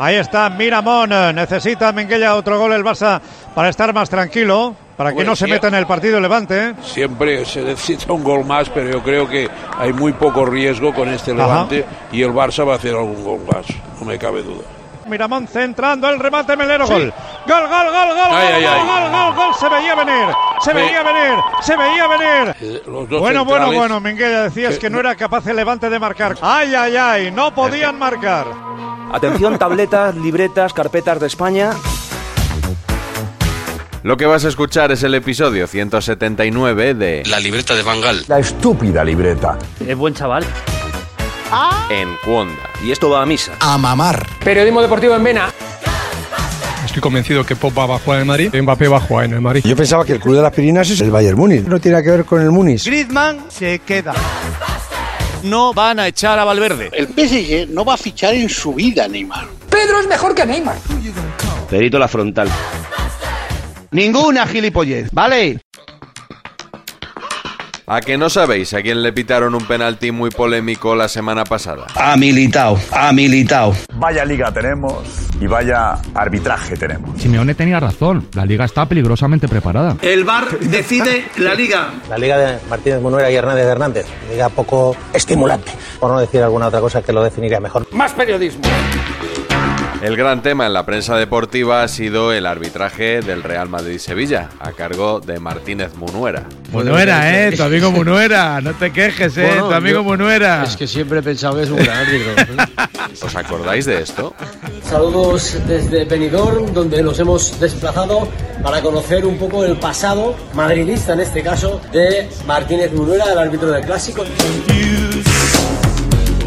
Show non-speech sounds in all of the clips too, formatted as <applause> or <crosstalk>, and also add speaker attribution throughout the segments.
Speaker 1: Ahí está Miramón. eh, Necesita Minguella otro gol el Barça para estar más tranquilo, para que
Speaker 2: Bueno,
Speaker 1: no se
Speaker 2: sí.
Speaker 1: meta en el partido Levante.
Speaker 2: Siempre se necesita un gol más, pero yo creo que hay muy poco riesgo con este
Speaker 1: Ajá.
Speaker 2: Levante y el Barça va a hacer algún gol más, no me cabe duda.
Speaker 1: Miramón centrando el remate Melero. Gol. Gol, gol, gol, gol,
Speaker 2: Ay,
Speaker 1: gol,
Speaker 2: ay,
Speaker 1: gol,
Speaker 2: ay.
Speaker 1: gol, gol, gol. Se veía venir. Se
Speaker 2: Sí.
Speaker 1: veía venir. Se veía venir.
Speaker 2: Eh, Los dos
Speaker 1: Bueno, bueno,
Speaker 2: centrales-
Speaker 1: bueno, Minguella, decías
Speaker 2: Sí.
Speaker 1: que no era capaz el Levante de marcar. Ay, ay, ay, no podían marcar.
Speaker 3: Atención, tabletas, libretas, carpetas de España.
Speaker 4: Lo que vas a escuchar es el episodio 179 de
Speaker 5: La libreta de Bangal.
Speaker 6: La estúpida libreta.
Speaker 3: Es buen chaval.
Speaker 4: En Cuonda.
Speaker 3: Y esto va a misa.
Speaker 6: A mamar.
Speaker 7: Periodismo deportivo en Vena.
Speaker 8: Estoy convencido que Popa va a jugar en el Madrid, Mbappé va a jugar en el Madrid.
Speaker 6: Yo pensaba que el club de las Pirinas es el Bayern Múnich. No tiene que ver con el Múnich.
Speaker 1: Griezmann se queda.
Speaker 3: No van a echar a Valverde.
Speaker 7: El PSG no va a fichar en su vida Neymar. Pedro es mejor que Neymar.
Speaker 3: Perito la frontal.
Speaker 7: Ninguna gilipollez, ¿vale?
Speaker 4: ¿A que no sabéis a quién le pitaron un penalti muy polémico la semana pasada?
Speaker 3: Ha militado, ha militado.
Speaker 6: Vaya liga tenemos y vaya arbitraje tenemos.
Speaker 8: Simeone tenía razón, la liga está peligrosamente preparada.
Speaker 3: El bar decide la liga.
Speaker 7: La liga de Martínez Monera y Hernández de Hernández. Liga poco estimulante. Por no decir alguna otra cosa que lo definiría mejor.
Speaker 4: El gran tema en la prensa deportiva ha sido el arbitraje del Real Madrid-Sevilla, a cargo de Martínez Munuera.
Speaker 1: Munuera, eh, tu
Speaker 7: <laughs>
Speaker 1: amigo Munuera. No te quejes, eh, tu amigo Munuera.
Speaker 7: siempre he pensado que es un gran árbitro.
Speaker 4: ¿Os acordáis de esto?
Speaker 7: <laughs> Saludos desde Benidorm, donde nos hemos desplazado para conocer un poco el pasado madridista, en este caso, de Martínez Munuera, el árbitro del Clásico.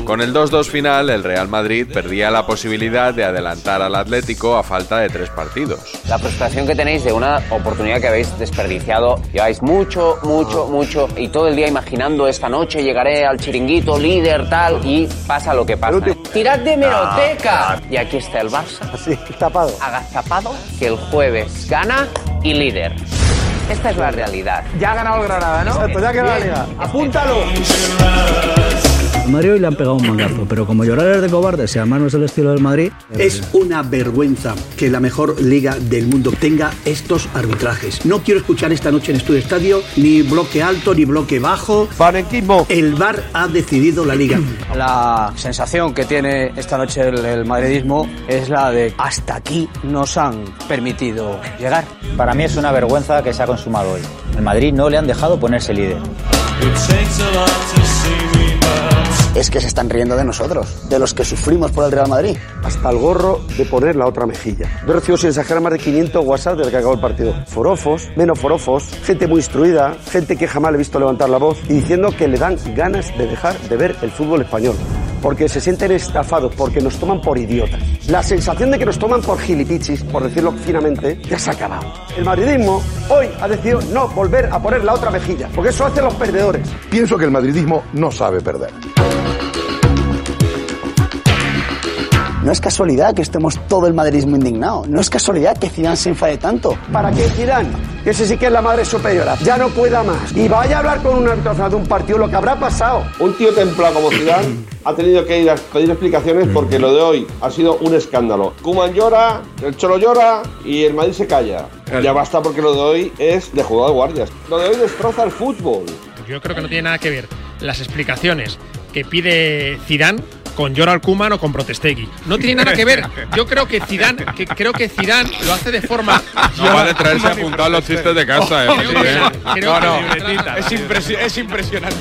Speaker 4: Con el 2-2 final, el Real Madrid perdía la posibilidad de adelantar al Atlético a falta de tres partidos.
Speaker 3: La frustración que tenéis de una oportunidad que habéis desperdiciado. Lleváis mucho, mucho, mucho y todo el día imaginando esta noche llegaré al chiringuito, líder, tal, y pasa lo que pasa. ¡Tirad de meroteca! Y aquí está el Barça,
Speaker 7: <laughs> Sí, tapado.
Speaker 3: agazapado, que el jueves gana y líder. Esta es la realidad.
Speaker 7: Ya ha ganado el Granada, ¿no? Exacto, ya ha ganado la liga. ¡Apúntalo!
Speaker 3: A Mario le han pegado un mangazo, pero como llorar es de cobarde, si además no es el estilo del Madrid.
Speaker 7: Es una vergüenza que la mejor liga del mundo tenga estos arbitrajes. No quiero escuchar esta noche en Estudio Estadio ni bloque alto ni bloque bajo.
Speaker 3: Valentismo.
Speaker 7: El VAR ha decidido la liga.
Speaker 3: La sensación que tiene esta noche el, el madridismo es la de hasta aquí nos han permitido llegar. Para mí es una vergüenza que se ha consumado hoy. El Madrid no le han dejado ponerse líder.
Speaker 7: Es que se están riendo de nosotros, de los que sufrimos por el Real Madrid.
Speaker 3: Hasta el gorro de poner la otra mejilla. Yo recibo sin exagerar más de 500 WhatsApp desde que acabó el partido. Forofos, menos forofos, gente muy instruida, gente que jamás le he visto levantar la voz y diciendo que le dan ganas de dejar de ver el fútbol español. Porque se sienten estafados, porque nos toman por idiotas. La sensación de que nos toman por gilipichis, por decirlo finamente, ya se ha acabado. El madridismo hoy ha decidido no volver a poner la otra mejilla, porque eso hacen los perdedores.
Speaker 6: Pienso que el madridismo no sabe perder.
Speaker 7: No es casualidad que estemos todo el madridismo indignado. No es casualidad que Zidane se enfade tanto.
Speaker 3: ¿Para qué Zidane? Que ese sí que es la madre superiora. Ya no pueda más. Y vaya a hablar con un árbitro de un partido lo que habrá pasado.
Speaker 7: Un tío templado como Zidane ha tenido que ir a pedir explicaciones porque lo de hoy ha sido un escándalo. Kuman llora, el Cholo llora y el Madrid se calla. Ya basta porque lo de hoy es de jugado de guardias. Lo de hoy destroza el fútbol.
Speaker 8: Yo creo que no tiene nada que ver las explicaciones que pide Zidane con Joral Kuman o con Protestegui. No tiene nada que ver. Yo creo que Zidane, que creo que Zidane lo hace de forma
Speaker 2: No vale traerse apuntado los chistes de casa, eh,
Speaker 8: Creo que- creo que-
Speaker 2: No, no.
Speaker 8: Es impresionante.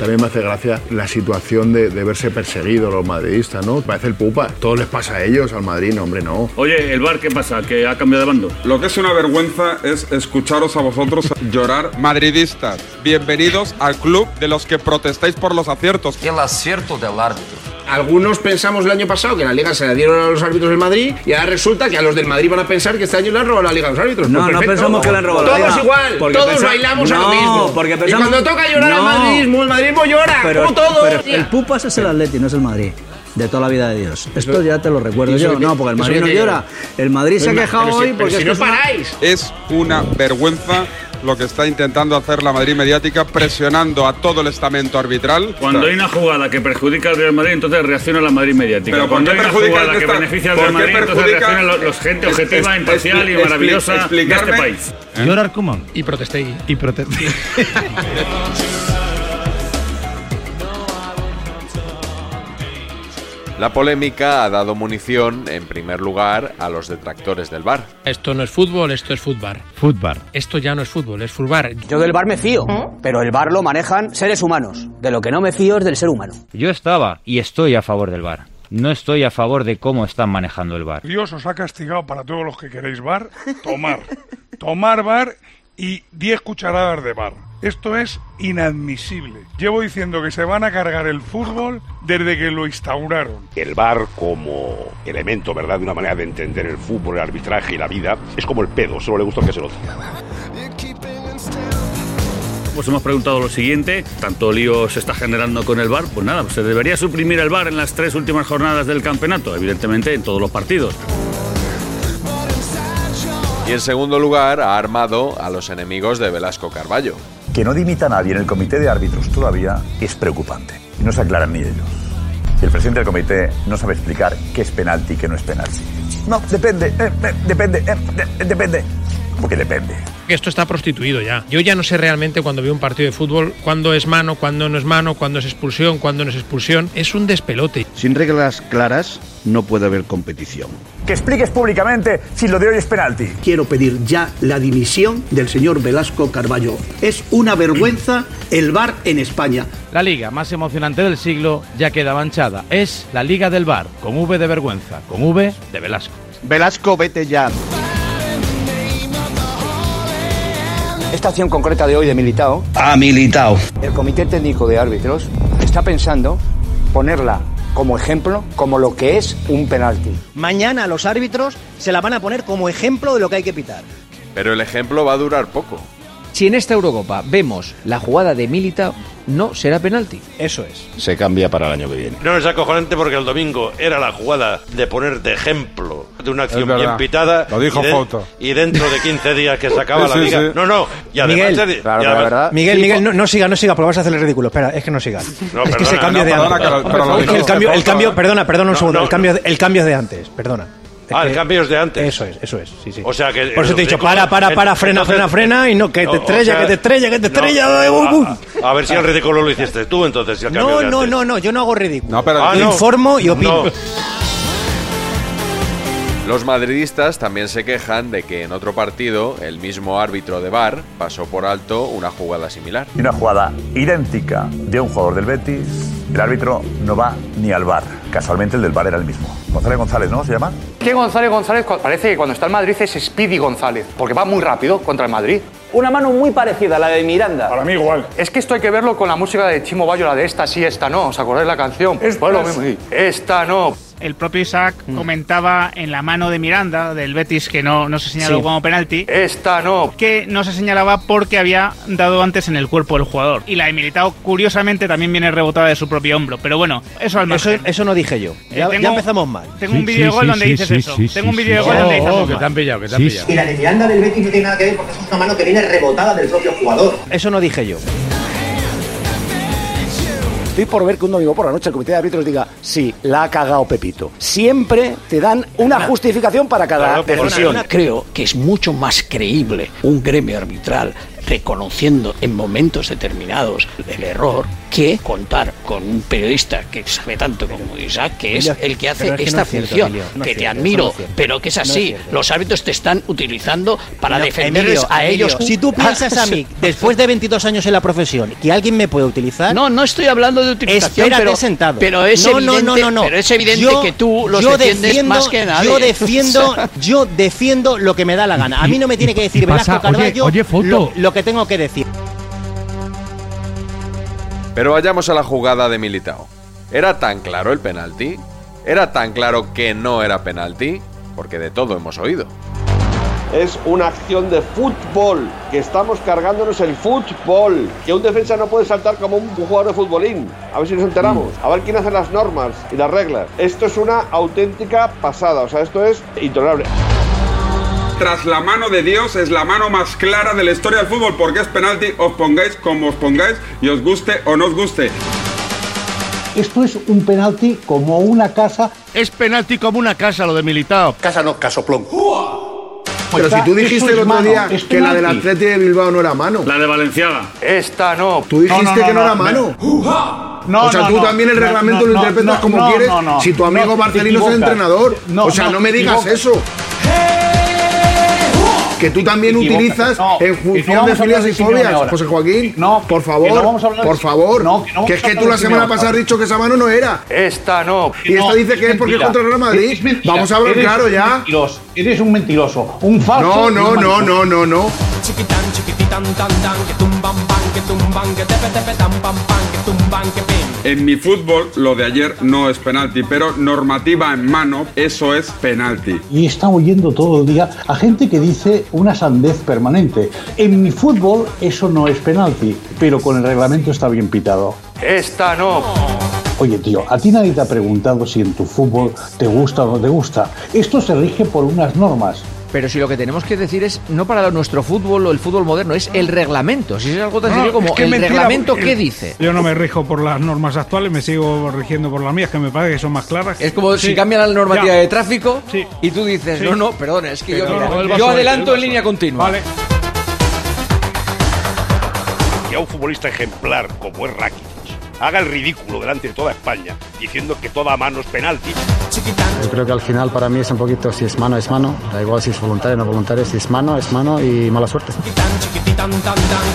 Speaker 9: También me hace gracia la situación de, de verse perseguidos los madridistas, ¿no? Parece el pupa. Todo les pasa a ellos, al Madrid, no, hombre, no.
Speaker 10: Oye, el bar, ¿qué pasa? ¿Que ha cambiado de bando?
Speaker 8: Lo que es una vergüenza es escucharos a vosotros llorar. Madridistas, bienvenidos al club de los que protestáis por los aciertos. El acierto del árbitro.
Speaker 11: Algunos pensamos el año pasado que la liga se la dieron a los árbitros del Madrid y ahora resulta que a los del Madrid van a pensar que este año le han robado la liga a los árbitros.
Speaker 12: No,
Speaker 11: Pues
Speaker 12: no
Speaker 11: perfecto.
Speaker 12: pensamos que le han robado la
Speaker 11: Todos
Speaker 12: liga.
Speaker 11: igual,
Speaker 12: Porque
Speaker 11: todos
Speaker 12: pensa-
Speaker 11: bailamos a lo
Speaker 12: No,
Speaker 11: mismo.
Speaker 12: porque
Speaker 11: y
Speaker 12: pensamos-
Speaker 11: cuando toca llorar al
Speaker 12: No.
Speaker 11: madridismo, el madridismo llora,
Speaker 12: Pero,
Speaker 11: como todos.
Speaker 12: pero el Pupas es el Atleti, no es el Madrid. De toda la vida de Dios. Esto ya te lo recuerdo
Speaker 8: eso
Speaker 12: yo.
Speaker 8: de qué-
Speaker 12: No, porque el
Speaker 8: eso
Speaker 12: Madrid
Speaker 8: de
Speaker 12: no
Speaker 8: qué-
Speaker 12: llora. El Madrid se ha
Speaker 8: Pero
Speaker 12: quejado
Speaker 8: si-
Speaker 12: hoy
Speaker 8: pero
Speaker 12: porque
Speaker 8: si
Speaker 12: es
Speaker 8: no
Speaker 12: que es una-
Speaker 11: paráis.
Speaker 8: Es una vergüenza lo que está intentando hacer la Madrid mediática presionando a todo el estamento arbitral.
Speaker 10: Cuando hay una jugada que perjudica al Real Madrid, entonces reacciona la Madrid mediática.
Speaker 8: ¿por
Speaker 10: Cuando
Speaker 8: qué
Speaker 10: hay una
Speaker 8: perjudica
Speaker 10: jugada
Speaker 8: el
Speaker 10: que
Speaker 8: que está-
Speaker 10: beneficia al
Speaker 8: por
Speaker 10: Real
Speaker 8: qué
Speaker 10: Madrid, entonces
Speaker 8: perjudica-
Speaker 10: reacciona los, los gente
Speaker 8: Es-
Speaker 10: objetiva,
Speaker 8: es-
Speaker 10: imparcial
Speaker 8: expli-
Speaker 10: y maravillosa
Speaker 8: expli-
Speaker 10: de este
Speaker 8: explicarme- ¿Eh?
Speaker 10: país.
Speaker 13: Llorar Kuman.
Speaker 14: Y Protestegui.
Speaker 13: Y Protestegui.
Speaker 4: La polémica ha dado munición, en primer lugar, a los detractores del bar.
Speaker 14: Esto no es fútbol, esto es fútbar.
Speaker 13: Fútbol.
Speaker 14: Esto ya no es fútbol, es fútbar.
Speaker 12: Yo del bar me fío, pero el bar lo manejan seres humanos. De lo que no me fío es del ser humano.
Speaker 15: Yo estaba y estoy a favor del VAR. No estoy a favor de cómo están manejando el VAR.
Speaker 16: Dios os ha castigado para todos los que queréis bar, tomar. <laughs> Tomar bar y 10 cucharadas de bar. Esto es inadmisible. Llevo diciendo que se van a cargar el fútbol desde que lo instauraron.
Speaker 17: El bar como elemento, ¿verdad? De una manera de entender el fútbol, el arbitraje y la vida, es como el pedo, solo le gusta que se lo
Speaker 13: Pues hemos preguntado lo siguiente, tanto lío se está generando con el VAR, pues nada, pues se debería suprimir el VAR en las tres últimas jornadas del campeonato, evidentemente en todos los partidos.
Speaker 4: Y en segundo lugar, ha armado a los enemigos de Velasco Carballo.
Speaker 6: Que no dimita nadie en el comité de árbitros todavía es preocupante. Y no se aclaran ni ellos. Y el presidente del comité no sabe explicar qué es penalti y qué no es penalti. No, depende, eh, eh, depende, eh, de- depende. Porque depende.
Speaker 14: Que esto está prostituido ya. Yo ya no sé realmente cuando veo un partido de fútbol cuándo es mano, cuándo no es mano, cuándo es expulsión, cuándo no es expulsión. Es un despelote.
Speaker 7: Sin reglas claras no puede haber competición.
Speaker 6: Que expliques públicamente si lo de hoy es penalti.
Speaker 7: Quiero pedir ya la dimisión del señor Velasco Carballo. Es una vergüenza el VAR en España.
Speaker 13: La liga más emocionante del siglo ya queda manchada. Es la Liga del VAR, con V de vergüenza, con V de Velasco.
Speaker 7: Velasco, vete ya.
Speaker 12: Esta acción concreta de hoy de Militao,
Speaker 7: Ha militado.
Speaker 12: el Comité Técnico de Árbitros está pensando ponerla como ejemplo, como lo que es un penalti.
Speaker 1: Mañana los árbitros se la van a poner como ejemplo de lo que hay que pitar.
Speaker 4: Pero el ejemplo va a durar poco.
Speaker 18: Si en esta Eurocopa vemos la jugada de Militao, no será penalti. Eso es.
Speaker 19: Se cambia para el año que viene.
Speaker 20: No es acojonante porque el domingo era la jugada de poner de ejemplo de una acción
Speaker 19: Es verdad.
Speaker 20: bien pitada.
Speaker 19: Lo dijo
Speaker 20: y de-
Speaker 19: Fouto.
Speaker 20: Y dentro de 15 días que se acaba
Speaker 19: <laughs> Sí,
Speaker 20: la
Speaker 19: sí,
Speaker 20: liga.
Speaker 19: sí.
Speaker 20: No, no. Y además,
Speaker 19: Miguel,
Speaker 20: se di-
Speaker 19: claro,
Speaker 20: y
Speaker 19: la
Speaker 20: además- oh.
Speaker 19: verdad.
Speaker 1: Miguel, Miguel, no, no siga, no siga, porque vas a hacer el ridículo. Espera, es que no sigas.
Speaker 20: No,
Speaker 1: es que
Speaker 20: perdona,
Speaker 1: se cambia
Speaker 20: no,
Speaker 1: de
Speaker 20: perdona,
Speaker 1: antes.
Speaker 20: que lo- pero lo
Speaker 1: El- el,
Speaker 20: dijiste,
Speaker 1: cambio, el
Speaker 20: Fausto.
Speaker 1: cambio, perdona, perdona un
Speaker 20: No,
Speaker 1: segundo.
Speaker 20: no,
Speaker 1: el, cambio,
Speaker 20: no.
Speaker 1: el cambio es de antes, perdona. Es
Speaker 20: Ah,
Speaker 1: que-
Speaker 20: el cambio es de antes.
Speaker 1: Eso es, eso es. Sí, sí.
Speaker 20: O sea que.
Speaker 1: Por eso te he dicho, para, para, para, frena, frena, frena, y no, que te estrella, que te estrella, que te estrella, ay, bum, bum.
Speaker 20: A, a ver si el ridículo lo hiciste tú, entonces. si el cambio
Speaker 1: No,
Speaker 20: de
Speaker 1: no,
Speaker 20: antes.
Speaker 1: no, no, yo no hago ridículo.
Speaker 20: No, pero- Ah, no.
Speaker 1: Informo y opino.
Speaker 20: No.
Speaker 4: Los madridistas también se quejan de que en otro partido el mismo árbitro de VAR pasó por alto una jugada similar.
Speaker 6: Y una jugada idéntica de un jugador del Betis, el árbitro no va ni al bar. Casualmente el del bar era el mismo. González González, ¿no? ¿Se llama?
Speaker 21: Que González González cu- parece que cuando está en Madrid es Speedy González, porque va muy rápido contra el Madrid. Una mano muy parecida a la de Miranda. Para mí igual. Es que esto hay que verlo con la música de Chimo Bayo, la de esta sí, esta no. ¿Os acordáis la canción? Pues lo mismo, sí. Esta no. Mm.
Speaker 22: El propio Isaac comentaba en la mano de Miranda, del Betis, que no, no se señaló Sí. como penalti. Esta no. Que no se señalaba porque había dado antes en el cuerpo del jugador. Y la de Militao, curiosamente, también viene rebotada de su propio hombro. Pero bueno, eso al
Speaker 1: Eso,
Speaker 22: margen.
Speaker 1: eso no dije yo.
Speaker 22: Eh,
Speaker 1: Ya,
Speaker 22: tengo-
Speaker 1: ya empezamos mal.
Speaker 22: Tengo un vídeo de gol donde dices eso. Tengo un vídeo de gol donde dices eso.
Speaker 14: pillado,
Speaker 1: Oh, que te han Sí, pillado. sí.
Speaker 3: Y la de Miranda del Betis no tiene nada que ver porque es una mano que viene rebotada del propio jugador.
Speaker 1: Eso no dije yo.
Speaker 23: Estoy por ver que un domingo por la noche el comité de árbitros diga, sí, la ha cagado Pepito. Siempre te dan una justificación para cada decisión.
Speaker 24: Creo que es mucho más creíble un gremio arbitral reconociendo en momentos determinados el error
Speaker 25: que contar con un periodista que sabe tanto como Isaac, que es
Speaker 1: Emilio,
Speaker 25: el que hace
Speaker 1: pero es que
Speaker 25: esta
Speaker 1: no es cierto,
Speaker 25: función,
Speaker 1: Emilio, no es
Speaker 25: que te
Speaker 1: cierto,
Speaker 25: admiro,
Speaker 1: eso no es cierto.
Speaker 25: pero que es
Speaker 1: No es
Speaker 25: así.
Speaker 1: cierto.
Speaker 25: Los árbitros te están utilizando para
Speaker 1: No,
Speaker 25: defenderles
Speaker 1: Emilio,
Speaker 25: a
Speaker 1: Emilio,
Speaker 25: ellos. Ah, <laughs>
Speaker 1: Si tú piensas a mí, después de 22 años en la profesión, que alguien me puede utilizar.
Speaker 25: No, no estoy hablando de utilización,
Speaker 1: Espérate
Speaker 25: pero-
Speaker 1: sentado.
Speaker 25: pero es evidente- pero es evidente que tú los defiendes más que nadie.
Speaker 1: Yo
Speaker 25: <laughs>
Speaker 1: defiendo, yo defiendo lo que me da la gana. A mí no me tiene que decir
Speaker 26: y pasa-
Speaker 1: Velasco Carballo
Speaker 26: oye, oye, foto.
Speaker 1: lo, lo que tengo que decir.
Speaker 4: Pero vayamos a la jugada de Militao. ¿Era tan claro el penalti? ¿Era tan claro que no era penalti? Porque de todo hemos oído.
Speaker 7: Es una acción de fútbol, que estamos cargándonos el fútbol, que un defensa no puede saltar como un jugador de futbolín. A ver si nos enteramos, a ver quién hace las normas y las reglas. Esto es una auténtica pasada, o sea, esto es intolerable.
Speaker 8: Tras la mano de Dios es la mano más clara de la historia del fútbol porque es penalti, os pongáis como os pongáis y os guste o no os guste.
Speaker 1: Esto es un penalti como una casa.
Speaker 27: Es penalti como una casa lo de Militao. Casa no, casoplón.
Speaker 20: Pero si tú dijiste el otro día que la del Atleti de Bilbao no era mano.
Speaker 13: La de Valenciaga.
Speaker 28: Esta no.
Speaker 20: Tú dijiste que no era mano.
Speaker 29: No,
Speaker 20: o sea,
Speaker 29: no,
Speaker 20: tú
Speaker 29: no.
Speaker 20: también el
Speaker 29: No,
Speaker 20: reglamento
Speaker 29: no,
Speaker 20: lo
Speaker 29: no,
Speaker 20: interpretas
Speaker 29: no,
Speaker 20: como
Speaker 29: no,
Speaker 20: quieres.
Speaker 29: no, no.
Speaker 20: si tu amigo
Speaker 29: No, te
Speaker 20: Marcelino es el
Speaker 29: equivocas.
Speaker 20: entrenador.
Speaker 29: No,
Speaker 20: o sea, no,
Speaker 29: no,
Speaker 20: me
Speaker 29: te
Speaker 20: digas
Speaker 29: equivocas.
Speaker 20: eso. Que tú también
Speaker 29: Te equivocas.
Speaker 20: utilizas
Speaker 29: No,
Speaker 20: en
Speaker 29: que no
Speaker 20: función
Speaker 29: vamos
Speaker 20: de
Speaker 29: a hablar
Speaker 20: filias
Speaker 29: de
Speaker 20: y
Speaker 29: Simeone
Speaker 20: fobias,
Speaker 29: ahora.
Speaker 20: José Joaquín. No, por favor,
Speaker 29: que no vamos a hablar de-
Speaker 20: por favor.
Speaker 29: No, que no vamos
Speaker 20: que es
Speaker 29: a
Speaker 20: que
Speaker 29: hablar
Speaker 20: tú
Speaker 29: de
Speaker 20: la semana
Speaker 29: Simeone
Speaker 20: pasada has
Speaker 29: ahora.
Speaker 20: dicho que esa mano no era.
Speaker 7: Esta no.
Speaker 20: Y esta dice que es porque es contra el Real Madrid. Vamos a hablar claro ya.
Speaker 1: eres un mentiroso, un
Speaker 20: No, no, no, no, no, no.
Speaker 30: Chiquitán, chiquititán, tan, tan, que tumban, pan, que tumban, que tepe, tepe, tan, pan, pan, que tumban, que pim.
Speaker 8: En mi fútbol lo de ayer no es penalti, pero normativa en mano, eso es penalti.
Speaker 1: Y está oyendo todo el día a gente que dice una sandez permanente. En mi fútbol eso no es penalti, pero con el reglamento está bien pitado.
Speaker 7: Esta no.
Speaker 1: Oye tío, a ti nadie te ha preguntado si en tu fútbol te gusta o no te gusta. Esto se rige por unas normas.
Speaker 11: Pero si lo que tenemos que decir es no para nuestro fútbol o el fútbol moderno, es el reglamento. Si es algo tan
Speaker 16: No,
Speaker 11: sencillo como
Speaker 16: es que
Speaker 11: el
Speaker 16: mentira,
Speaker 11: reglamento,
Speaker 16: porque
Speaker 11: ¿qué dice?
Speaker 16: Yo no me rijo por las normas actuales, me sigo rigiendo por las mías, que me parece que son más claras.
Speaker 11: Es como si cambian la normativa de tráfico y tú dices,
Speaker 16: Sí.
Speaker 11: Eh, no, no, perdona, es que yo,
Speaker 16: Pero
Speaker 11: mira,
Speaker 16: no, el
Speaker 11: yo
Speaker 16: vaso,
Speaker 11: adelanto
Speaker 16: el
Speaker 11: en línea continua.
Speaker 6: que a un futbolista ejemplar como es Rakitic haga el ridículo delante de toda España diciendo que toda mano es penalti.
Speaker 3: Yo creo que al final para mí es un poquito si es mano, es mano. Da igual si es voluntario o no voluntario, si es mano, es mano y mala suerte.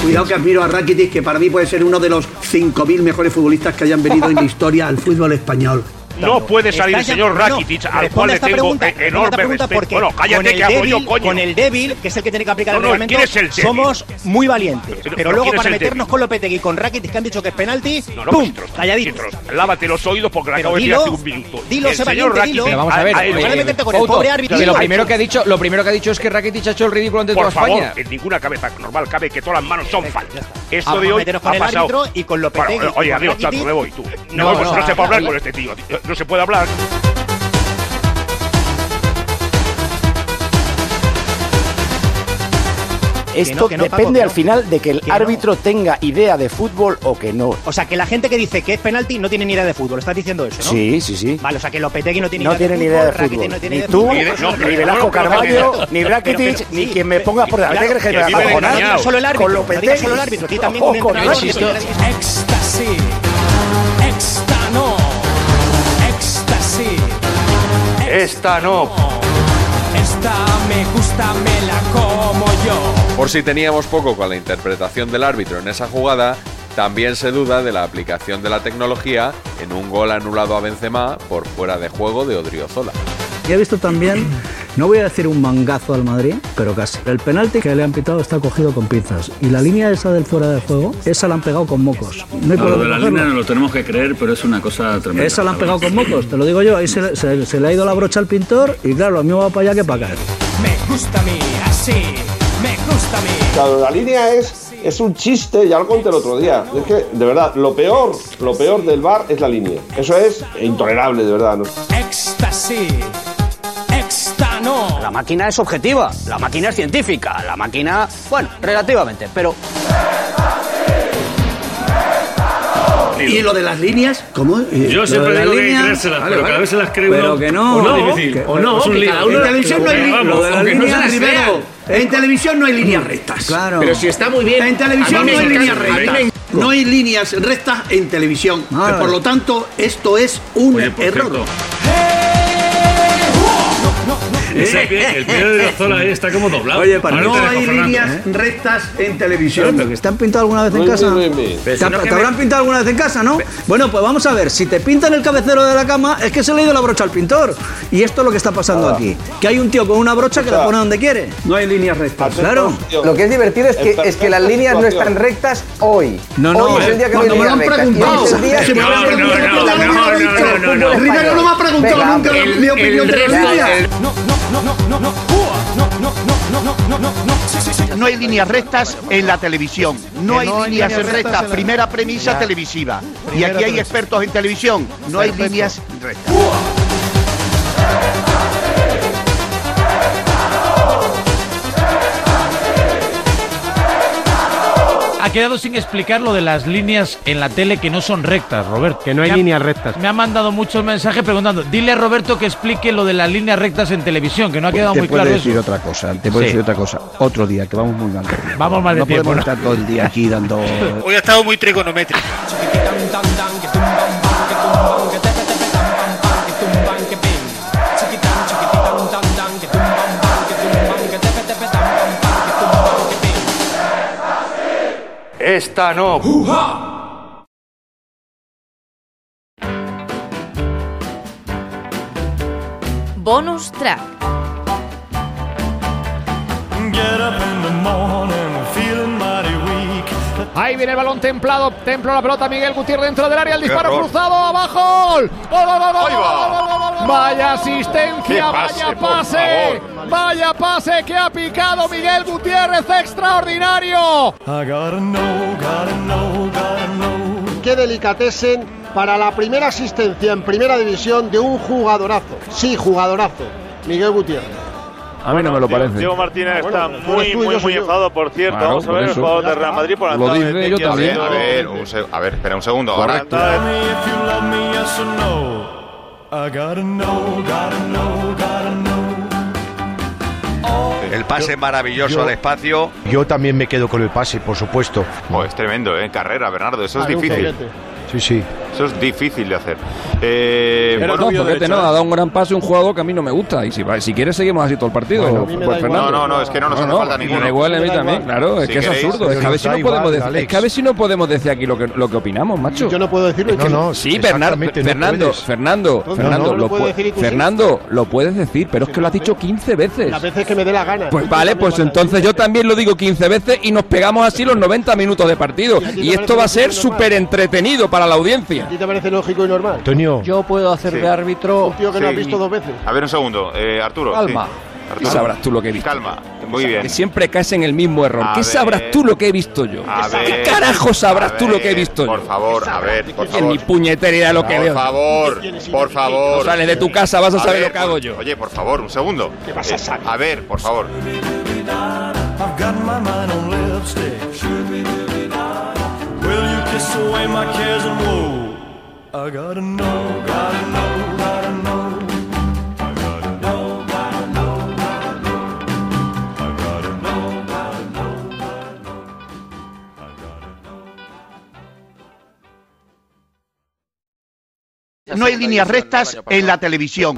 Speaker 31: Cuidado que admiro a Rakitic, que para mí puede ser uno de los 5.000 mejores futbolistas que hayan venido en la historia al fútbol español.
Speaker 28: No puede salir el
Speaker 31: Está ya-
Speaker 28: señor
Speaker 31: no,
Speaker 28: Rakitic, al
Speaker 1: responde
Speaker 28: cual
Speaker 31: a
Speaker 28: le
Speaker 31: esta
Speaker 28: tengo
Speaker 1: pregunta, responde
Speaker 28: e-
Speaker 1: a esta
Speaker 28: enorme
Speaker 1: pregunta
Speaker 28: respeto.
Speaker 1: porque
Speaker 28: Bueno,
Speaker 1: con
Speaker 28: cállate
Speaker 1: el
Speaker 28: que hablo
Speaker 1: débil-
Speaker 28: yo, coño.
Speaker 1: Con el débil, que es el que tiene que aplicar
Speaker 28: No,
Speaker 1: el
Speaker 28: no,
Speaker 1: reglamento,
Speaker 28: ¿quién es el débil?
Speaker 1: somos muy valientes. Pero,
Speaker 28: pero
Speaker 1: luego
Speaker 28: ¿quién es
Speaker 1: para
Speaker 28: el débil?
Speaker 1: meternos con Lopetegui y con Rakitic, que han dicho que es penalti,
Speaker 28: No, no,
Speaker 1: ¡pum!
Speaker 28: Quintros,
Speaker 1: Calladito.
Speaker 28: Quintros, Lávate los oídos porque
Speaker 1: Pero
Speaker 28: lo acabo de decir
Speaker 1: dilo,
Speaker 28: hace un minuto.
Speaker 1: dilo,
Speaker 28: El
Speaker 1: sé
Speaker 28: señor
Speaker 1: valiente, dilo.
Speaker 28: Rakitic,
Speaker 1: Pero
Speaker 11: Vamos a ver,
Speaker 28: él-
Speaker 11: oye,
Speaker 1: Vale, meterte con el
Speaker 11: Couto,
Speaker 1: pobre árbitro.
Speaker 11: que lo
Speaker 1: Dilo.
Speaker 11: primero que ha dicho, lo primero que ha dicho es que Rakitic ha hecho el ridículo ante toda
Speaker 28: Por favor,
Speaker 11: España.
Speaker 28: en ninguna cabeza normal cabe que todas las manos son faltas. Esto
Speaker 11: Vamos
Speaker 28: de
Speaker 11: a
Speaker 28: hoy
Speaker 11: meternos
Speaker 28: ha
Speaker 11: con el
Speaker 28: pasado.
Speaker 11: árbitro y con Lopetegui,
Speaker 28: Bueno, oye,
Speaker 11: con
Speaker 28: adiós,
Speaker 11: Rakitic.
Speaker 28: Chato, me voy tú. No,
Speaker 11: No,
Speaker 28: pues
Speaker 11: no,
Speaker 28: no se
Speaker 11: ah,
Speaker 28: puede hablar
Speaker 11: habla-
Speaker 28: con este tío. tío. No se puede hablar.
Speaker 32: Esto
Speaker 1: no, que no, Paco,
Speaker 32: depende
Speaker 1: que
Speaker 32: al
Speaker 1: no.
Speaker 32: final de que el
Speaker 1: Que no.
Speaker 32: árbitro tenga idea de fútbol o que no.
Speaker 1: O sea, que la gente que dice que es penalti no tiene ni idea de fútbol. ¿Estás diciendo eso, no?
Speaker 32: Sí, sí, sí.
Speaker 1: Vale, o sea, que Lopetegui no tiene
Speaker 32: No
Speaker 1: idea
Speaker 32: tiene
Speaker 1: de
Speaker 32: ni idea de
Speaker 1: fútbol, Rakitic
Speaker 32: fútbol.
Speaker 1: no tiene
Speaker 32: Ni
Speaker 1: idea de
Speaker 32: tú,
Speaker 1: fútbol.
Speaker 32: ni Velasco Carballo, ni
Speaker 1: Pero,
Speaker 32: Rakitic,
Speaker 1: pero,
Speaker 32: ni
Speaker 1: sí,
Speaker 32: quien me ponga por delante.
Speaker 1: claro,
Speaker 32: que
Speaker 1: que
Speaker 32: me va a
Speaker 1: viven
Speaker 32: cojonar.
Speaker 1: engañados.
Speaker 32: Solo el árbitro,
Speaker 1: Con
Speaker 32: no digas
Speaker 1: Lopetegui.
Speaker 32: solo el árbitro. Di también
Speaker 1: Ojo,
Speaker 32: un
Speaker 1: con
Speaker 32: entrenador.
Speaker 1: Rakitic.
Speaker 30: Éxtasis. Éxtano. Éxtasis.
Speaker 7: Esta no.
Speaker 30: Esta me gusta, me la como yo.
Speaker 4: Por si teníamos poco con la interpretación del árbitro en esa jugada, también se duda de la aplicación de la tecnología en un gol anulado a Benzema por fuera de juego de Odriozola.
Speaker 12: Y he visto también, no voy a decir un mangazo al Madrid, pero casi. El penalti que le han pitado está cogido con pinzas. Y la línea esa del fuera de juego, esa la han pegado con mocos. No hay por
Speaker 13: Ah, lo
Speaker 12: dónde
Speaker 13: de la
Speaker 12: cogerla.
Speaker 13: línea no lo tenemos que creer, pero es una cosa tremenda.
Speaker 12: Esa la han pegado con
Speaker 13: <laughs>
Speaker 12: mocos, te lo digo yo. Ahí se, le- se- se le ha ido la brocha al pintor y claro, lo mío va para allá que para acá.
Speaker 30: Me gusta a mí, así. Me gusta a mí.
Speaker 7: Claro, la línea es, es un chiste, ya lo conté el otro día. Es que, de verdad, lo peor, lo peor del bar es la línea. Eso es intolerable, de verdad. ¿no?
Speaker 11: Pues,
Speaker 30: Éxtasis. Éxtano.
Speaker 33: La máquina es objetiva, la máquina es científica, la máquina, bueno, relativamente, pero...
Speaker 31: ¿Y lo de las líneas? ¿Cómo? Eh,
Speaker 13: Yo
Speaker 31: lo
Speaker 13: siempre
Speaker 31: de las
Speaker 13: digo que hay que
Speaker 31: líneas-
Speaker 13: creérselas,
Speaker 31: Vale,
Speaker 13: pero
Speaker 31: vale.
Speaker 13: cada vez se las cree
Speaker 31: Pero
Speaker 13: uno.
Speaker 31: que no,
Speaker 13: o no,
Speaker 31: que-
Speaker 13: difícil.
Speaker 31: que- que
Speaker 13: o no, es un
Speaker 31: cada
Speaker 13: lío.
Speaker 31: uno- En televisión no hay
Speaker 13: Vamos,
Speaker 31: líneas. Lo de las
Speaker 13: aunque no
Speaker 31: líneas,
Speaker 13: sean
Speaker 31: Rivero.
Speaker 13: feas.
Speaker 31: En televisión no hay líneas rectas.
Speaker 20: Pero si está muy bien.
Speaker 31: En televisión
Speaker 20: A mí
Speaker 31: no
Speaker 20: me
Speaker 31: hay
Speaker 20: encanta-
Speaker 31: líneas
Speaker 20: a mí me
Speaker 31: rectas.
Speaker 34: No hay líneas rectas en televisión.
Speaker 3: Madre.
Speaker 34: Por lo tanto, esto es un error.
Speaker 13: Ese pie- el pie de Irazola ahí está como doblado.
Speaker 34: Oye, para
Speaker 13: Ahora
Speaker 34: no
Speaker 13: te dejo,
Speaker 34: hay
Speaker 13: Fernando.
Speaker 34: líneas rectas en televisión.
Speaker 12: ¿Te han pintado alguna vez en
Speaker 34: Uy,
Speaker 12: casa?
Speaker 34: uy, uy.
Speaker 12: ¿Te,
Speaker 34: Pero si
Speaker 12: ha-
Speaker 34: no
Speaker 12: te
Speaker 34: que
Speaker 12: habrán
Speaker 34: me-
Speaker 12: pintado alguna vez en casa, no? Bueno, pues vamos a ver. Si te pintan el cabecero de la cama, es que se le ha ido la brocha al pintor. Y esto es lo que está pasando aquí. Que hay un tío con una brocha que la pone donde quiere.
Speaker 34: No hay líneas rectas.
Speaker 12: Claro.
Speaker 35: Lo que es divertido es que, es que las líneas no están rectas hoy.
Speaker 12: No, no,
Speaker 35: hoy es el día que no hay
Speaker 12: cuando me
Speaker 35: líneas
Speaker 12: lo han
Speaker 35: rectas.
Speaker 12: preguntado.
Speaker 35: Y hoy es el día
Speaker 12: Si me lo han
Speaker 35: que-
Speaker 12: preguntado,
Speaker 35: No,
Speaker 12: no,
Speaker 35: no,
Speaker 12: no,
Speaker 35: no,
Speaker 12: no, no, no.
Speaker 35: Rivera no me ha preguntado
Speaker 12: Venga,
Speaker 35: nunca
Speaker 12: el-
Speaker 35: mi opinión
Speaker 12: el
Speaker 35: de las
Speaker 12: resto-
Speaker 35: líneas.
Speaker 12: el-
Speaker 3: No, no, no, no, no, no, ¡Uah! no, no, no, no, no, no, no, no, sí, sí, sí.
Speaker 36: No hay líneas rectas en la televisión. No
Speaker 3: Que
Speaker 36: hay
Speaker 3: no hay
Speaker 36: líneas
Speaker 3: líneas
Speaker 36: rectas.
Speaker 3: rectas en la-
Speaker 36: Primera premisa
Speaker 3: Ya.
Speaker 36: televisiva. y
Speaker 3: Primera
Speaker 36: aquí hay
Speaker 3: premisa.
Speaker 36: expertos en televisión. No hay líneas rectas.
Speaker 1: Ha quedado sin explicar lo de las líneas en la tele que no son rectas, Roberto. Que no hay líneas rectas. Me ha mandado muchos mensajes preguntando, dile a Roberto que explique lo de las líneas rectas en televisión, que no ha quedado
Speaker 37: te
Speaker 1: muy
Speaker 37: puedo
Speaker 1: claro
Speaker 37: decir
Speaker 1: eso.
Speaker 37: otra cosa, te puedo
Speaker 1: Sí.
Speaker 37: decir otra cosa. Otro día, que vamos muy mal. de tiempo.
Speaker 1: Vamos mal de
Speaker 37: no
Speaker 1: tiempo,
Speaker 37: podemos
Speaker 1: ¿no?
Speaker 37: estar todo el día aquí
Speaker 3: <laughs>
Speaker 37: dando...
Speaker 1: Hoy ha estado muy trigonométrico.
Speaker 16: Esta no.
Speaker 38: Bonus track.
Speaker 32: Ahí viene el balón templado, templo la pelota Miguel Gutiérrez dentro del área, el
Speaker 28: Qué
Speaker 32: disparo
Speaker 28: error.
Speaker 32: cruzado, abajo, gol, gol, gol, gol, gol,
Speaker 28: Ahí va.
Speaker 32: gol, gol, gol, gol. vaya
Speaker 28: Qué
Speaker 32: asistencia,
Speaker 28: pase,
Speaker 32: vaya
Speaker 28: por
Speaker 32: pase, vaya pase que ha picado Miguel Gutiérrez, extraordinario.
Speaker 7: Qué delicatessen para la primera asistencia en primera división de un jugadorazo. Sí, jugadorazo. Miguel Gutiérrez.
Speaker 6: A mí no me lo parece.
Speaker 39: Diego Martínez está
Speaker 7: bueno,
Speaker 12: pues
Speaker 39: muy,
Speaker 7: tú y yo
Speaker 39: muy,
Speaker 7: soy
Speaker 39: muy
Speaker 7: yo.
Speaker 39: enfadado, por cierto.
Speaker 6: Claro,
Speaker 39: Vamos a
Speaker 6: por
Speaker 39: ver el
Speaker 6: eso.
Speaker 39: jugador de Real Madrid por la
Speaker 6: Lo
Speaker 39: entrada de
Speaker 6: dice yo
Speaker 39: Tequi ha
Speaker 6: también.
Speaker 39: sido-
Speaker 6: A ver, un se- a ver, espera un segundo. Ahora.
Speaker 39: Correcto.
Speaker 6: El pase maravilloso
Speaker 11: yo-
Speaker 6: al espacio.
Speaker 11: Yo también me quedo con el pase, por supuesto.
Speaker 6: Pues es tremendo, ¿eh? Carrera, Bernardo. Eso es
Speaker 11: Vale, un
Speaker 6: difícil.
Speaker 11: poquete. Sí, sí.
Speaker 6: Eso es difícil de hacer. Eh,
Speaker 11: Pero
Speaker 6: bueno,
Speaker 11: no, Zoquete no, ha dado un gran pase un jugador que a mí no me gusta. Y si, va- si quieres, seguimos así todo el partido.
Speaker 6: Bueno,
Speaker 11: pues,
Speaker 6: a mí me da igual.
Speaker 11: Fernando.
Speaker 6: No, no, no, es que no nos hace falta
Speaker 11: me
Speaker 6: ninguno.
Speaker 11: da igual a
Speaker 6: Me
Speaker 11: mí
Speaker 6: da
Speaker 11: también,
Speaker 6: igual.
Speaker 11: claro. Es
Speaker 6: Si
Speaker 11: que es
Speaker 6: queréis-
Speaker 11: absurdo. Es que a ver si no
Speaker 6: Nos da
Speaker 11: podemos
Speaker 6: igual,
Speaker 11: decir- es
Speaker 6: Alex.
Speaker 11: que a ver si no podemos decir aquí lo que, lo que opinamos, macho.
Speaker 7: Yo no puedo decirlo. y
Speaker 11: No,
Speaker 7: que-
Speaker 11: no, sí, Bernardo,
Speaker 7: exactamente, no
Speaker 11: Fernando,
Speaker 7: puedes.
Speaker 11: Fernando,
Speaker 7: No,
Speaker 11: Fernando,
Speaker 7: no, no
Speaker 11: lo
Speaker 7: puedo
Speaker 11: pu-
Speaker 7: decir y tú sí.
Speaker 11: Fernando, lo puedes decir, pero es que lo has dicho 15 veces.
Speaker 7: Las veces que me dé la gana.
Speaker 11: Pues vale, pues entonces yo también lo digo 15 veces y nos pegamos así los 90 minutos de partido. Y esto va a ser súper entretenido para la audiencia.
Speaker 7: ¿A ti te parece lógico y normal?
Speaker 11: Antonio.
Speaker 7: Yo puedo hacer
Speaker 6: Sí. de
Speaker 11: árbitro.
Speaker 7: Un tío que lo has visto dos veces.
Speaker 6: A ver, un segundo. Eh, Arturo.
Speaker 11: Calma.
Speaker 6: sí.
Speaker 11: ¿Qué sabrás tú lo que he visto?
Speaker 6: Calma. Muy bien.
Speaker 11: Que siempre caes en el mismo error.
Speaker 6: A
Speaker 11: ¿Qué
Speaker 6: ver.
Speaker 11: sabrás tú lo que he visto yo?
Speaker 6: A
Speaker 11: ¿Qué
Speaker 6: ver,
Speaker 11: carajo sabrás
Speaker 6: a
Speaker 11: tú lo que he
Speaker 6: ver,
Speaker 11: visto
Speaker 6: Por
Speaker 11: yo?
Speaker 6: favor, a ver, por
Speaker 11: En
Speaker 6: favor.
Speaker 11: mi puñetera idea lo que
Speaker 6: por
Speaker 11: veo.
Speaker 6: favor, por favor.
Speaker 11: No sales de tu casa, vas a saber lo que hago
Speaker 6: por-
Speaker 11: yo.
Speaker 6: Oye, por favor, un segundo. ¿Qué vas a saber? A ver, por favor.
Speaker 36: No hay líneas rectas en la televisión.